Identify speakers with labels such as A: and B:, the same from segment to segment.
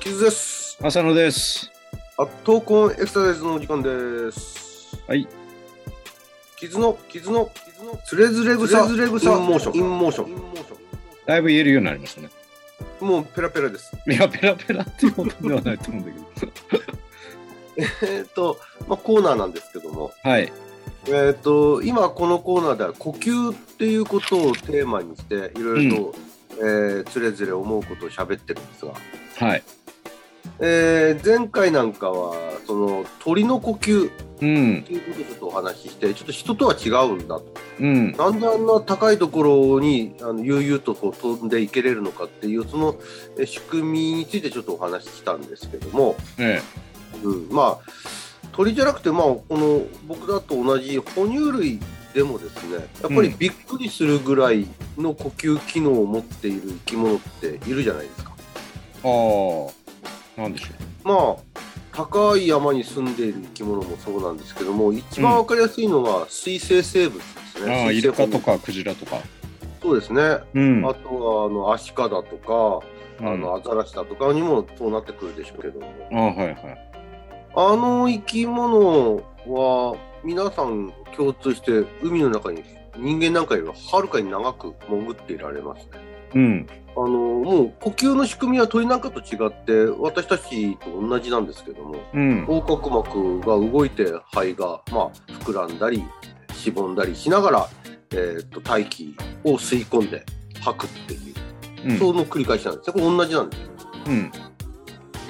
A: キズです。
B: 浅野です。
A: あ、闘魂エクササイズのお時間です。
B: はい。
A: キズの、キズの、キズの、つれずれ草、つれずれ草、インモーション、インモーショ
B: だいぶ言えるようになりましたね。
A: ン。もうペラペラです。
B: いや、ペラペラっていうことではないと思うんだけど。
A: えっ、と、まあ、コーナーなんですけども、
B: はい。
A: えっ、と、今このコーナーでは呼吸っていうことをテーマにして、いろいろと、えーつれずれ思うことを喋ってるんですが、
B: はい。
A: えー前回なんかは、その鳥の呼吸
B: うん
A: っ。ていうことをちょっとお話しして、ちょっと人とは違うんだと。
B: うん。
A: なんであんな高いところにあの悠々とこう飛んでいけれるのかっていうそのえ仕組みについてちょっとお話ししたんですけども、
B: え
A: うん、まあ鳥じゃなくて、まあ、この僕だと同じ哺乳類でもですねやっぱり
B: うん
A: びっくりするぐらいの呼吸機能を持っている生き物っているじゃないですか。
B: え。ああ。なんでしょ
A: まあ高い山に住んでいる生き物もそうなんですけども一番わかりやすいのは水生生物です
B: う。
A: ね。
B: ああ、
A: 水
B: イ
A: 生
B: ル
A: 哺
B: カと
A: 乳
B: かクジラとか。
A: そうですね
B: うん。
A: あとはあのアシカだとか、あの
B: あ
A: アザラシだとかにもそうなってくるでしょうけども、
B: あ、はいはい。
A: あの生き物は皆さん共通して海の中に人間なんかよりははるかに長く潜っていられますね。
B: うん。
A: あのもう呼吸の仕組みは鳥なんかと違って私たちと同じなんですけども
B: うん。
A: 横隔膜が動いて肺が、まあ、膨らんだりしぼんだりしながら、えー、と大気を吸い込んで吐くっていう
B: うん。
A: その繰り返しなんですね。これ同じなんですよ。
B: うん。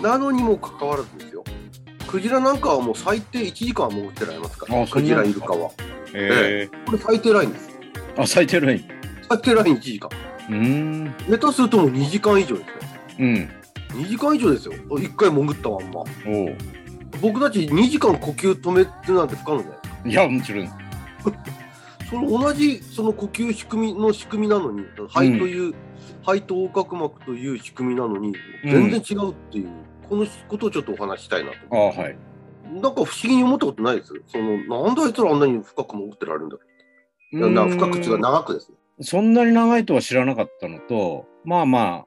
A: なのにもかかわらずですよ。クジラなんかはもう最低1時間は潜ってられますから、
B: あそ
A: ク
B: ん
A: ジ
B: な
A: ラ
B: ん
A: イ
B: で
A: ル
B: すか
A: カは。
B: え
A: これ最低ラインですよ。
B: え。あ、最低ライン。
A: 最低ライン1時間。
B: うーん。
A: ネタするともう2時間以上ですよ。
B: うん。
A: 2時間以上ですよ。1回潜ったまんま。
B: おう
A: 僕たち2時間呼吸止めてなんて不可能じゃないですか。
B: いや、もちろん。
A: その同じその呼吸仕組みの仕組みなのに、肺という、肺と横隔膜という仕組みなのに、全然違うっていう、このことをちょっとお話ししたいなと。
B: ああ、はい。
A: なんか不思議に思ったことないです。そのなんであいつらあんなに深く潜ってられるんだろう。いやな
B: うーん
A: 深く違う長くですね。
B: そんなに長いとは知らなかったのと、まあま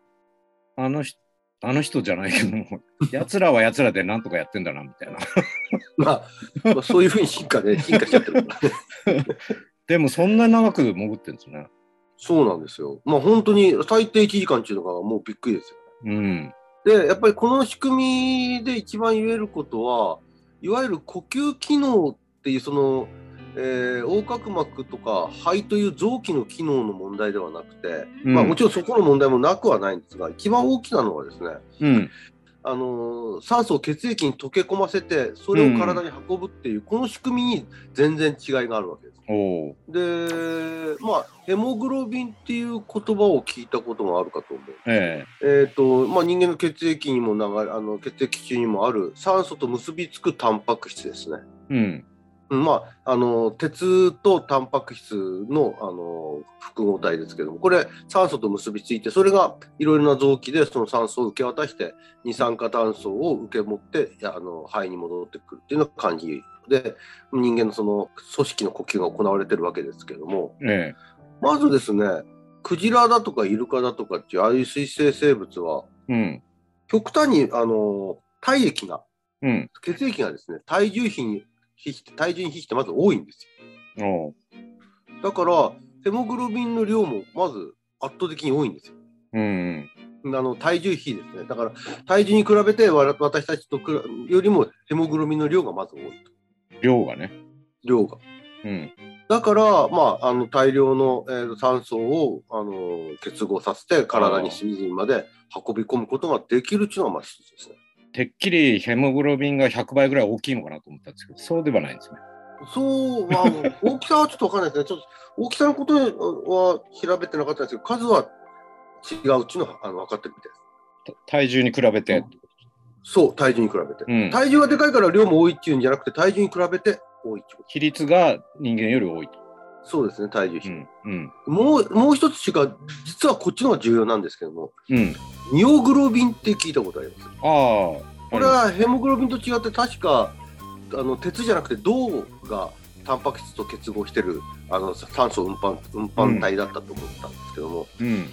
B: あ、あの人、あの人じゃないけども、 奴らは奴らでなんとかやってんだな、みたいな。
A: まあ、まあ、そういうふうに進化 で、進化しちゃってるから。
B: でもそんな長く潜ってんですね。
A: そうなんですよ。まあ本当に最低1時間っていうのがもうびっくりですよ。
B: うん。
A: で、やっぱりこの仕組みで一番言えることは、いわゆる呼吸機能っていうその、えー横隔膜とか肺という臓器の機能の問題ではなくて、まあ
B: うん
A: もちろんそこの問題もなくはないんですが、一番大きなのはですね、
B: うん。
A: あのー酸素を血液に溶け込ませてそれを体に運ぶっていう、この仕組みに全然違いがあるわけです。
B: おう
A: でまあヘモグロビンっていう言葉を聞いたことがあるかと思う。
B: え
A: えっ、とまあ人間の血液にも流れあの血液中にもある酸素と結びつくタンパク質ですね。
B: えうん。
A: うんまあ、あの鉄とタンパク質のあの複合体ですけどもこれ酸素と結びついてそれがいろいろな臓器でその酸素を受け渡して二酸化炭素を受け持っていやあの肺に戻ってくるっていうのが感じで人間のその組織の呼吸が行われてるわけですけども
B: ええ。
A: まずですねクジラだとかイルカだとかっていうああいう水生生物は
B: うん。
A: 極端にあの体液が
B: うん。
A: 血液がですね体重比に比して体重に比してまず多いんですよ。
B: おう
A: だから、ヘモグロビンの量もまず圧倒的に多いんですよ。
B: うん。
A: あの体重比ですね。だから、体重に比べてわ私たちとくらよりもヘモグロビンの量がまず多いと。
B: 量がね。
A: 量が。
B: うん。
A: だから、まあ、あの大量の、えー酸素をあの結合させて、体に隅々まで運び込むことができるっていうのがまあ一つですね。
B: てっきりヘモグロビンが100倍ぐらい大きいのかなと思ったんですけど、そうではないんですね。
A: そう、まあ、大きさはちょっとわかんないですね。ちょっと大きさのことは調べてなかったんですけど、数は違うっていうのはあの分かってるみたいで
B: た体重に比べて。
A: す。そう、体重に比べて。
B: うん。
A: 体重がでかいから量も多いっていうんじゃなくて体重に比べて多いってこ
B: 比率が人間より多いと。
A: とそうですね、体重比
B: う
A: 較、
B: ん、うん、
A: もう、もう一つ違う、実はこっちの方が重要なんですけども、
B: うん。
A: ミオグロビンって聞いたことあります。
B: ああ、
A: これはヘモグロビンと違って確かあの鉄じゃなくて銅がタンパク質と結合してるあの炭素運搬運搬体だったと思ったんですけども、
B: うん、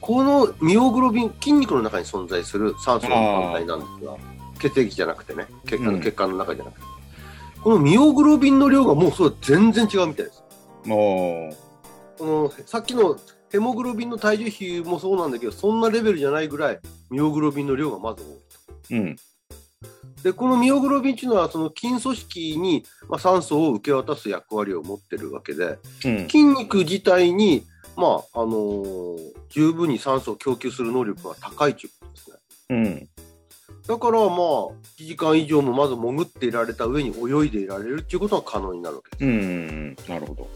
A: このミオグロビン筋肉の中に存在する酸素運搬体なんですが血液じゃなくてね血管
B: う
A: の
B: ん
A: 血管の中じゃなくて、このミオグロビンの量がもうそれ全然違うみたいです。
B: もう、
A: このさっきのヘモグロビンの体重比もそうなんだけどそんなレベルじゃないぐらいミオグロビンの量がまず多い。
B: うん、
A: でこのミオグロビンというのはその筋組織に、まあ、酸素を受け渡す役割を持ってるわけで
B: うん、
A: 筋肉自体に、まああのー十分に酸素を供給する能力が高いということですね
B: うん、
A: だからまあ1時間以上もまず潜っていられた上に泳いでいられるっていうことが可能になるわけです、
B: うん、なるほど。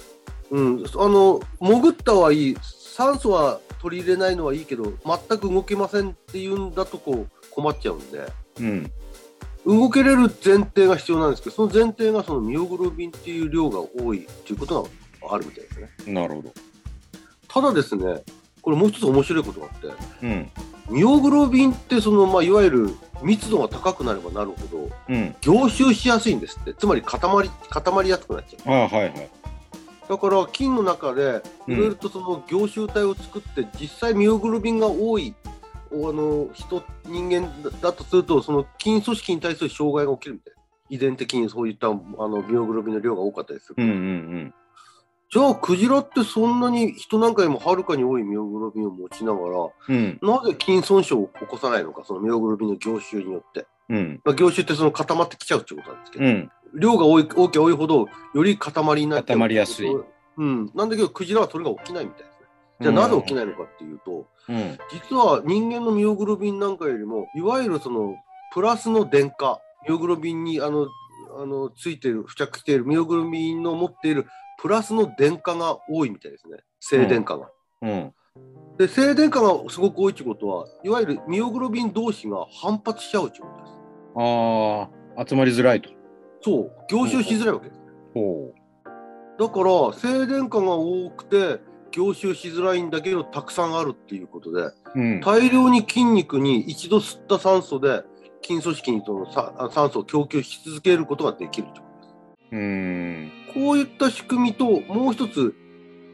A: うん、あの潜ったはいい酸素は取り入れないのはいいけど全く動けませんっていうんだとこう困っちゃうんで。
B: うん、
A: 動けれる前提が必要なんですけど、その前提がそのミオグロビンっていう量が多いっていうことがあるみたいですね。
B: なるほど。
A: ただですね、これもう一つ面白いことがあって、
B: うん、
A: ミオグロビンってその、まあ、いわゆる密度が高くなればなるほど
B: うん、
A: 凝集しやすいんですって。つまり固まり、固まりやすくなっちゃ
B: ああ、はいはい。
A: う。だから菌の中で
B: う
A: い
B: ん
A: ろいろとその凝集体を作って、実際ミオグロビンが多い。あの人人間だだとするとその筋組織に対する障害が起きるみたいな遺伝的にそういったあのミオグロビンの量が多かったりする、
B: うん、うん、
A: じゃあクジラってそんなに人なんかよりもはるかに多いミオグロビンを持ちなが
B: うん、うん、
A: らなぜ筋損傷を起こさないのかそのミオグロビンの凝集によって、
B: うん、
A: まあ、凝集ってその固まってきちゃうってことなんですけど、
B: うん、
A: 量が多い大き多いほどより塊になって
B: 固まりやすい
A: うん、なんだけどクジラはそれが起きないみたいですねじゃあなぜ起きないのかっていうと、
B: うん、
A: 実は人間のミオグロビンなんかよりもいわゆるそのプラスの電荷ミオグロビンにあのあのついてる付着しているミオグロビンの持っているプラスの電荷が多いみたいですね静電荷が。
B: うん、
A: で静電荷がすごく多いってことはいわゆるミオグロビン同士が反発しちゃうってことです。
B: ああ、集まりづらいと。
A: そう凝集しづらいわけです。
B: ほ
A: だから静電荷が多くて凝集しづらいんだけどたくさんあるっていうことで
B: う。うん、
A: 大量に筋肉に一度吸った酸素で筋組織にそのさあ酸素を供給し続けることができると
B: うん、
A: こういった仕組みともう一つ、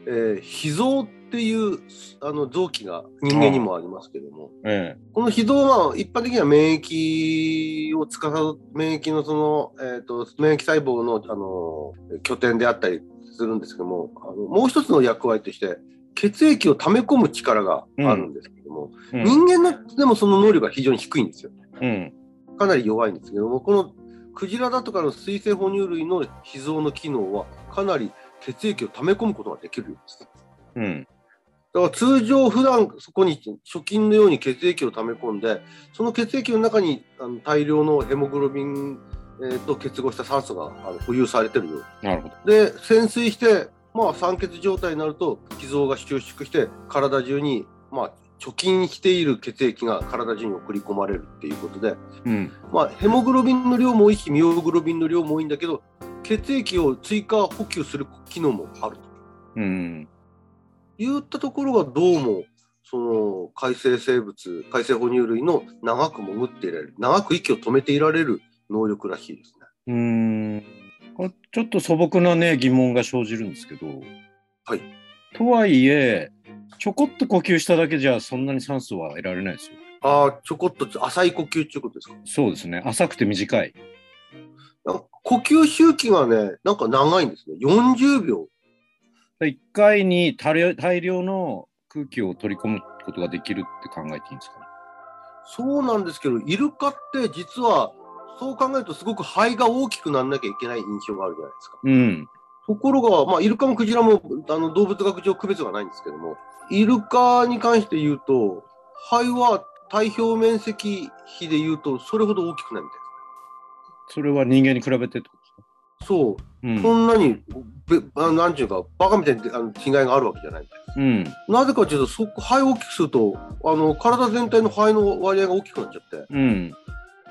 A: えー脾臓っていうあの臓器が人間にもありますけども、
B: ええ、
A: この脾臓は一般的には免疫を司る免疫のその、えー、と免疫細胞のあの拠点であったりするんですけどもあのもう一つの役割として血液を溜め込む力があるんですけども、
B: うん、
A: 人間のでもその能力が非常に低いんですよ。
B: うん、
A: かなり弱いんですけども、このクジラだとかの水生哺乳類の脾臓の機能はかなり血液を溜め込むことができるようです。
B: うん、
A: だから通常普段そこに貯金のように血液を溜め込んで、その血液の中にあの大量のヘモグロビン、えーと結合した酸素があの保有されてるよう
B: なるほど。
A: で潜水して、まあ、酸欠状態になると脾臓が収縮して体中に、まあ、貯金している血液が体中に送り込まれるっていうことで、
B: うん、
A: まあ、ヘモグロビンの量も多いしミオグロビンの量も多いんだけど血液を追加補給する機能もあると
B: うん、
A: いったところがどうもその海生生物海生哺乳類の長く潜っていられる長く息を止めていられる能力らしいですね。
B: うーんこれちょっと素朴なね疑問が生じるんですけど、
A: はい、
B: とはいえちょこっと呼吸しただけじゃそんなに酸素は得られないですよ。
A: ああちょこっと浅い呼吸っていうことですか
B: そうですね浅くて短い。
A: なんか呼吸周期がね、なんか長いんですね。40秒。
B: 1回に大量大量の空気を取り込むことができるって考えていいんですかね。
A: そうなんですけど、イルカって実は、そう考えるとすごく肺が大きくならなきゃいけない印象があるじゃないですか。
B: うん
A: ところが、まあ、イルカもクジラもあの動物学上区別がないんですけども、イルカに関して言うと、肺は体表面積比で言うと、それほど大きくないみたい
B: それは人間に比べてってことですか
A: です。そうう、
B: ん
A: こんなに、べあなんていうか、バカみたいにあの違いがあるわけじゃないみたいです。
B: うん
A: なぜかというと、そこ肺を大きくすると、あの体全体の肺の割合が大きくなっちゃって、
B: うん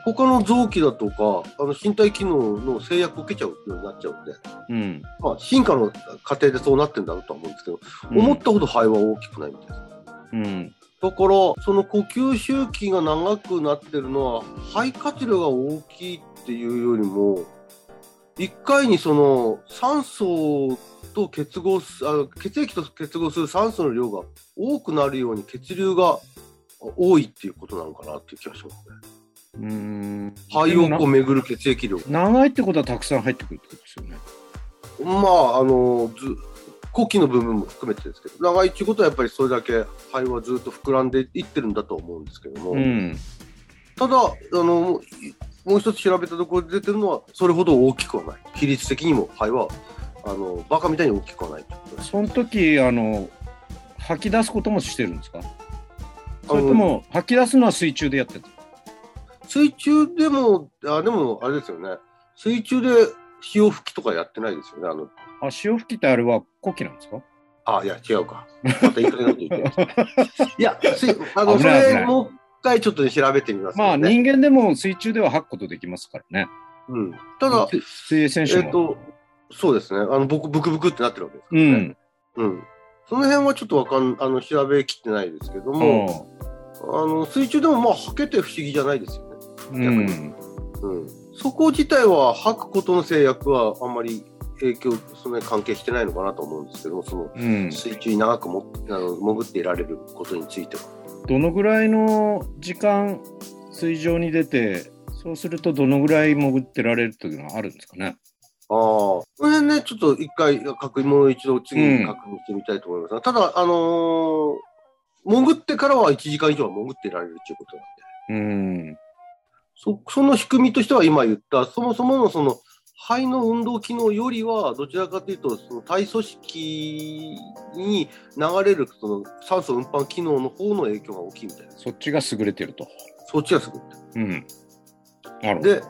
A: 他の臓器だとかあの身体機能の制約を受けちゃうようになっちゃうんで、
B: うん。
A: まあ、進化の過程でそうなってんだろうとは思うんですけど、思ったほど肺は大きくないみたいです。
B: うん。
A: だからその呼吸周期が長くなってるのは肺活量が大きいっていうよりも一回にその酸素と結合すあ血液と結合する酸素の量が多くなるように血流が多いっていうことなのかなっていう気がしますね。
B: うん。
A: 肺をこう巡る血液量が。
B: 長いってことはたくさん入ってくるってことですよね。
A: まああのず呼気の部分も含めてですけど長いっていうことはやっぱりそれだけ肺はずっと膨らんでいってるんだと思うんですけども。
B: うん。
A: ただあのもうもう一つ調べたところで出てるのはそれほど大きくはない比率的にも肺はあのバカみたいに大きくはないということです
B: その時あの吐き出すこともしてるんですかそれと
A: あの
B: も吐き出すのは水中でやってた
A: 水中でもあでもあれですよね水中で潮吹きとかやってないですよねあの
B: あ潮吹きってあれは呼気なんですか
A: あいや違うかまたいくらなこと言って ますいや水あの
B: 危
A: そ
B: ない危ない
A: れもう一回ちょっとね、調べてみます
B: まあ
A: ので
B: 人間でも水中では吐くことできますからね。
A: うん、ただ
B: 水水泳選
A: えっ、
B: 手も。
A: とそうですねあの僕ブクブクってなってるわけですか
B: う
A: らね、
B: ん。
A: うん、その辺はちょっとわかんあの調べきってないですけども、
B: も
A: あの水中でもまあ吐けて不思議じゃないですよね、
B: う、
A: 逆
B: う
A: に
B: ん。
A: うん、そこ自体は吐くことの制約はあんまり影響その関係してないのかなと思うんですけどもその
B: うん。
A: 水中に長くもあの潜っていられることについては
B: どのぐらいの時間水上に出て、そうするとどのぐらい潜ってられるというのはあるんですかね。
A: ああこの辺ねちょっと一回確認もう一度次に確認してみたいと思いますが、ただあのー潜ってからは1時間以上は潜っていられるということなんで
B: うん。
A: そその仕組みとしては今言ったそもそものその肺の運動機能よりはどちらかというとその体組織に流れるその酸素運搬機能の方の影響が大きいみたいです。
B: そっちが優れてると。
A: そっちがすごいみたい
B: うん。なるほど。
A: で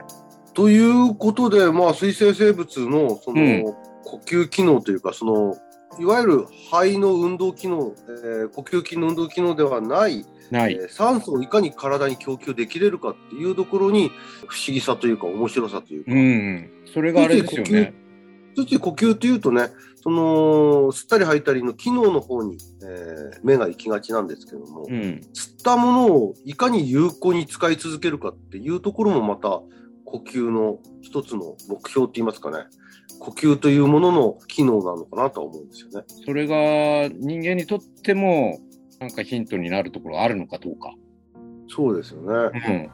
A: ということで、まあ、水生生物のその、
B: うん
A: 呼吸機能というかそのいわゆる肺の運動機能、えー呼吸器の運動機能ではない
B: ない。
A: えー酸素をいかに体に供給できれるかっていうところに不思議さというか面白さというか、
B: うん。それがあれですよね。
A: つい呼吸というとね、その吸ったり吐いたりの機能の方に、えー目が行きがちなんですけども、
B: うん。
A: 吸ったものをいかに有効に使い続けるかっていうところもまた呼吸の一つの目標といいますかね、呼吸というものの機能なのかなとは思うんですよね。
B: それが人間にとってもなんかヒントになるところあるのかどうか。
A: そうですよね。
B: うん。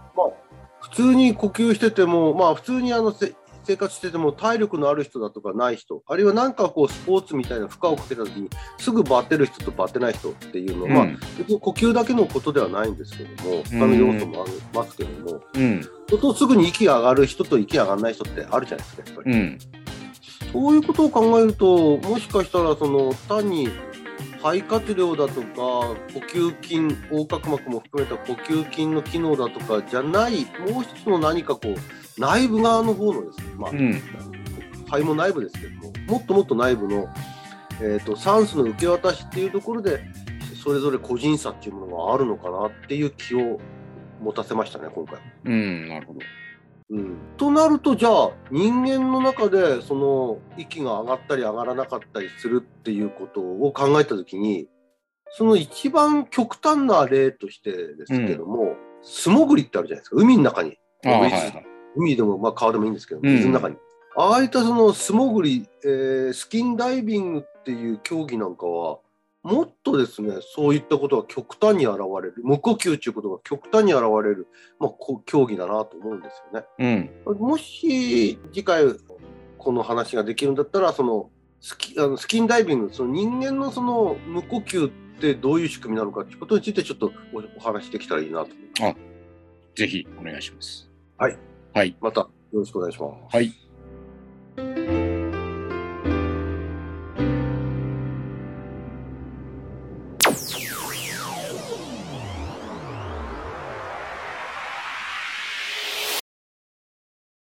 A: 普通に呼吸してても、まあ、普通にあのせ生活してても体力のある人だとかない人あるいは何かこうスポーツみたいな負荷をかけた時にすぐバテる人とバテない人っていうのは、
B: うん
A: 別に呼吸だけのことではないんですけども他の要素もありますけども、
B: うん。
A: とすぐに息が上がる人と息が上がらない人ってあるじゃないですかやっぱり、
B: うん。
A: そういうことを考えるともしかしたらその単に肺活量だとか呼吸筋横隔膜も含めた呼吸筋の機能だとかじゃないもう一つの何かこう内部側の方のですね、まあ
B: うん。
A: 肺も内部ですけどももっともっと内部の、えー、と酸素の受け渡しっていうところでそれぞれ個人差っていうものがあるのかなっていう気を持たせましたね今回。
B: うん。なるほど。
A: うん、となるとじゃあ人間の中でその息が上がったり上がらなかったりするっていうことを考えた時にその一番極端な例としてですけども、素潜りってあるじゃないですか海の中に
B: ああ、はい
A: 水
B: はい。
A: 海でも、まあ、川でもいいんですけど
B: うん
A: 水の中に、ああいったその素潜り、えースキンダイビングっていう競技なんかはもっとですねそういったことが極端に現れる無呼吸っていうことが極端に現れる、まあ、こ競技だなと思うんですよね。
B: うん。
A: もし次回この話ができるんだったらそのスキあのスキンダイビングその人間のその無呼吸ってどういう仕組みなのかっていうことについてちょっとおお話できたらいいなと
B: ぜひお願いします。
A: はい。
B: はい。
A: またよろしくお願いします。
B: はい。